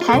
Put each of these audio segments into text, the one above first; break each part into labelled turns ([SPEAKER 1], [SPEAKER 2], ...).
[SPEAKER 1] 台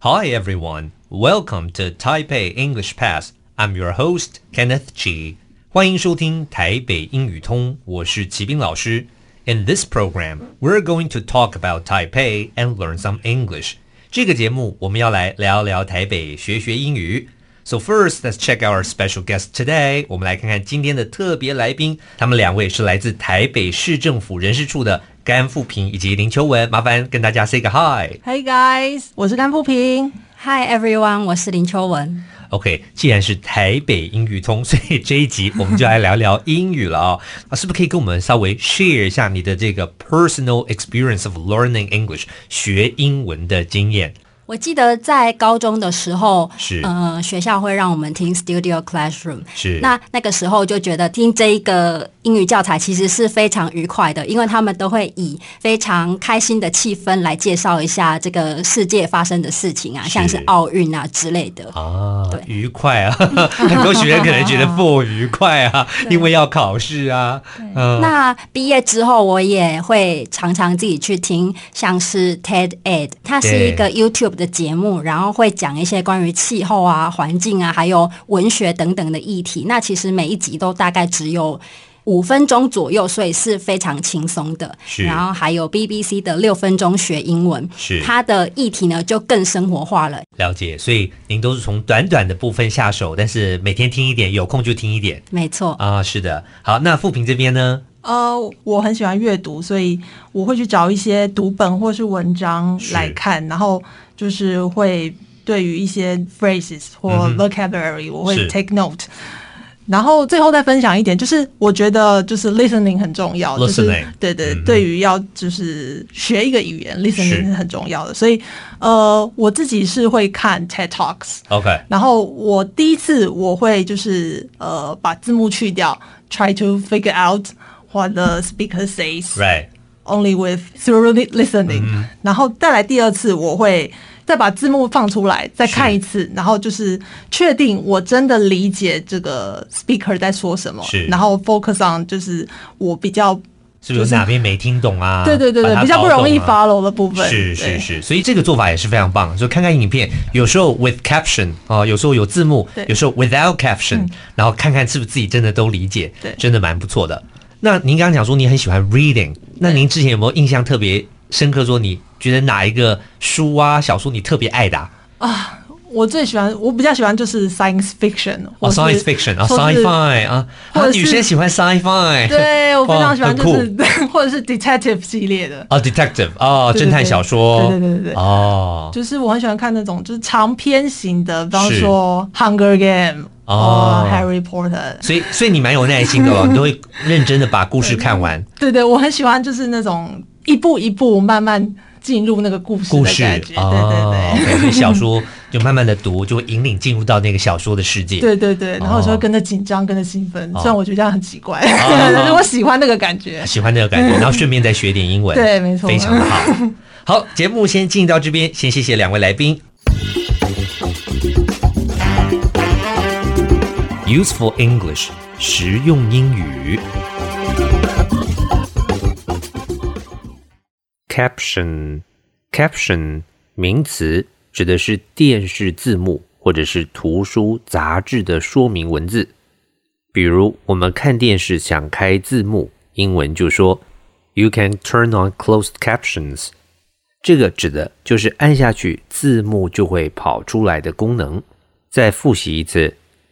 [SPEAKER 2] Hi everyone, welcome to Taipei English Pass. I'm your host Kenneth Chi. 欢迎收听台北英语通，我是齐斌老师。In this program, we're going to talk about Taipei and learn some English. 这个节目我们要来聊聊台北，学学英语。So first, let's check our special guest today. 我们来看看今天的特别来宾，他们两位是来自台北市政府人事处的甘富平以及林秋文。麻烦跟大家 say 个 hi。
[SPEAKER 3] Hey guys，我是甘富平。
[SPEAKER 4] Hi everyone，我是林秋文。
[SPEAKER 2] OK，既然是台北英语通， 所以这一集我们就来聊聊英语了啊、啊，是不是可以跟我们稍微 share 一下你的这个 personal experience of learning English 学英文的经验？
[SPEAKER 4] 我记得在高中的时候，
[SPEAKER 2] 是
[SPEAKER 4] 呃，学校会让我们听 Studio Classroom。
[SPEAKER 2] 是
[SPEAKER 4] 那那个时候就觉得听这一个英语教材其实是非常愉快的，因为他们都会以非常开心的气氛来介绍一下这个世界发生的事情啊，
[SPEAKER 2] 是
[SPEAKER 4] 像是奥运啊之类的。
[SPEAKER 2] 啊
[SPEAKER 4] 对，
[SPEAKER 2] 愉快 啊！很多学生可能觉得不愉快啊，因为要考试啊。嗯、
[SPEAKER 4] 那毕业之后，我也会常常自己去听，像是 TED Ed，它是
[SPEAKER 2] 对
[SPEAKER 4] 一个 YouTube 的节目，然后会讲一些关于气候啊、环境啊，还有文学等等的议题。那其实每一集都大概只有。五分钟左右，所以是非常轻松的。
[SPEAKER 2] 是
[SPEAKER 4] 然后还有 BBC 的六分钟学英文，
[SPEAKER 2] 是
[SPEAKER 4] 它的议题呢就更生活化了。
[SPEAKER 2] 了解，所以您都是从短短的部分下手，但是每天听一点，有空就听一点
[SPEAKER 4] 没错，
[SPEAKER 2] 啊。是的，好，那富平这边呢？
[SPEAKER 3] 呃，我很喜欢阅读，所以我会去找一些读本或是文章
[SPEAKER 2] 是
[SPEAKER 3] 来看，然后就是会对于一些 phrases 或
[SPEAKER 2] 嗯哼
[SPEAKER 3] vocabulary，、我会
[SPEAKER 2] 是
[SPEAKER 3] take note。然后最后再分享一点，就是我觉得就是 listening 很重要就是
[SPEAKER 2] Listening
[SPEAKER 3] 对对，
[SPEAKER 2] 嗯哼
[SPEAKER 3] 对于要就是学一个语言
[SPEAKER 2] 是
[SPEAKER 3] ，listening 是很重要的。所以呃，我自己是会看 TED Talks，
[SPEAKER 2] OK，
[SPEAKER 3] 然后我第一次我会就是呃把字幕去掉，try to figure out what the speaker says
[SPEAKER 2] right，
[SPEAKER 3] only with through li- listening、
[SPEAKER 2] 嗯
[SPEAKER 3] 然后再来第二次我会再把字幕放出来再看一次，然后就是确定我真的理解这个 speaker 在说什么
[SPEAKER 2] 是，
[SPEAKER 3] 然后 focus on 就是我比较。
[SPEAKER 2] 是不是有哪边没听懂啊？
[SPEAKER 3] 对对对
[SPEAKER 2] 把
[SPEAKER 3] 对，
[SPEAKER 2] 它
[SPEAKER 3] 比较不容易
[SPEAKER 2] 搞懂啊
[SPEAKER 3] follow 的部分。
[SPEAKER 2] 是
[SPEAKER 3] 对
[SPEAKER 2] 是是，所以这个做法也是非常棒。就看看影片，有时候 with caption 啊、有时候有字幕
[SPEAKER 3] 对，嗯
[SPEAKER 2] 有时候 without caption，、然后看看是不是自己真的都理解，
[SPEAKER 3] 对
[SPEAKER 2] 真的蛮不错的。那您刚刚讲说你很喜欢 reading，那您之前有没有印象特别深刻？说你觉得哪一个书啊、小说你特别爱的啊、
[SPEAKER 3] 我最喜欢，我比较喜欢就是 science fiction
[SPEAKER 2] 哦
[SPEAKER 3] 或是
[SPEAKER 2] ，science fiction 啊
[SPEAKER 3] 或是
[SPEAKER 2] ，sci-fi 啊，
[SPEAKER 3] 或
[SPEAKER 2] 啊，
[SPEAKER 3] 者是
[SPEAKER 2] 女生喜欢 sci-fi，
[SPEAKER 3] 对，我非常喜欢，
[SPEAKER 2] 哇
[SPEAKER 3] 就
[SPEAKER 2] 很酷
[SPEAKER 3] 是 或者是 detective 系列的，
[SPEAKER 2] 啊，detective 啊，
[SPEAKER 3] 对对
[SPEAKER 2] 侦探小说，
[SPEAKER 3] 对对对对对
[SPEAKER 2] 哦，
[SPEAKER 3] 就是我很喜欢看那种就是长篇型的，比方
[SPEAKER 2] 是
[SPEAKER 3] 说《Hunger Game》
[SPEAKER 2] 哦
[SPEAKER 3] 哦，《Harry Potter》。
[SPEAKER 2] 所以所以你蛮有耐心的 哦，你都会认真的把故事看完。
[SPEAKER 3] 对对，我很喜欢就是那种一步一步慢慢进入那个故事
[SPEAKER 2] 故
[SPEAKER 3] 的
[SPEAKER 2] 事
[SPEAKER 3] 感觉。
[SPEAKER 2] 哦
[SPEAKER 3] 对对对。
[SPEAKER 2] ，OK，所以小说就慢慢的读，就会引领进入到那个小说的世界。
[SPEAKER 3] 对对对，然后有时
[SPEAKER 2] 哦
[SPEAKER 3] 候跟着紧张，跟着兴奋，
[SPEAKER 2] 哦
[SPEAKER 3] 虽然我觉得这样很奇怪，
[SPEAKER 2] 哦
[SPEAKER 3] 但是我喜欢那个感觉。
[SPEAKER 2] 喜欢这个感觉， 然后顺便再学点英文，
[SPEAKER 3] 对没错
[SPEAKER 2] 非常的好。好，节目先进到这边，先谢谢两位来宾。Useful English，实用英语。Caption，caption 名词指的是电视字幕或者是图书、杂志的说明文字。比如我们看电视想开字幕，英文就说 “You can turn on closed captions”。这个指的就是按下去字幕就会跑出来的功能。再复习一次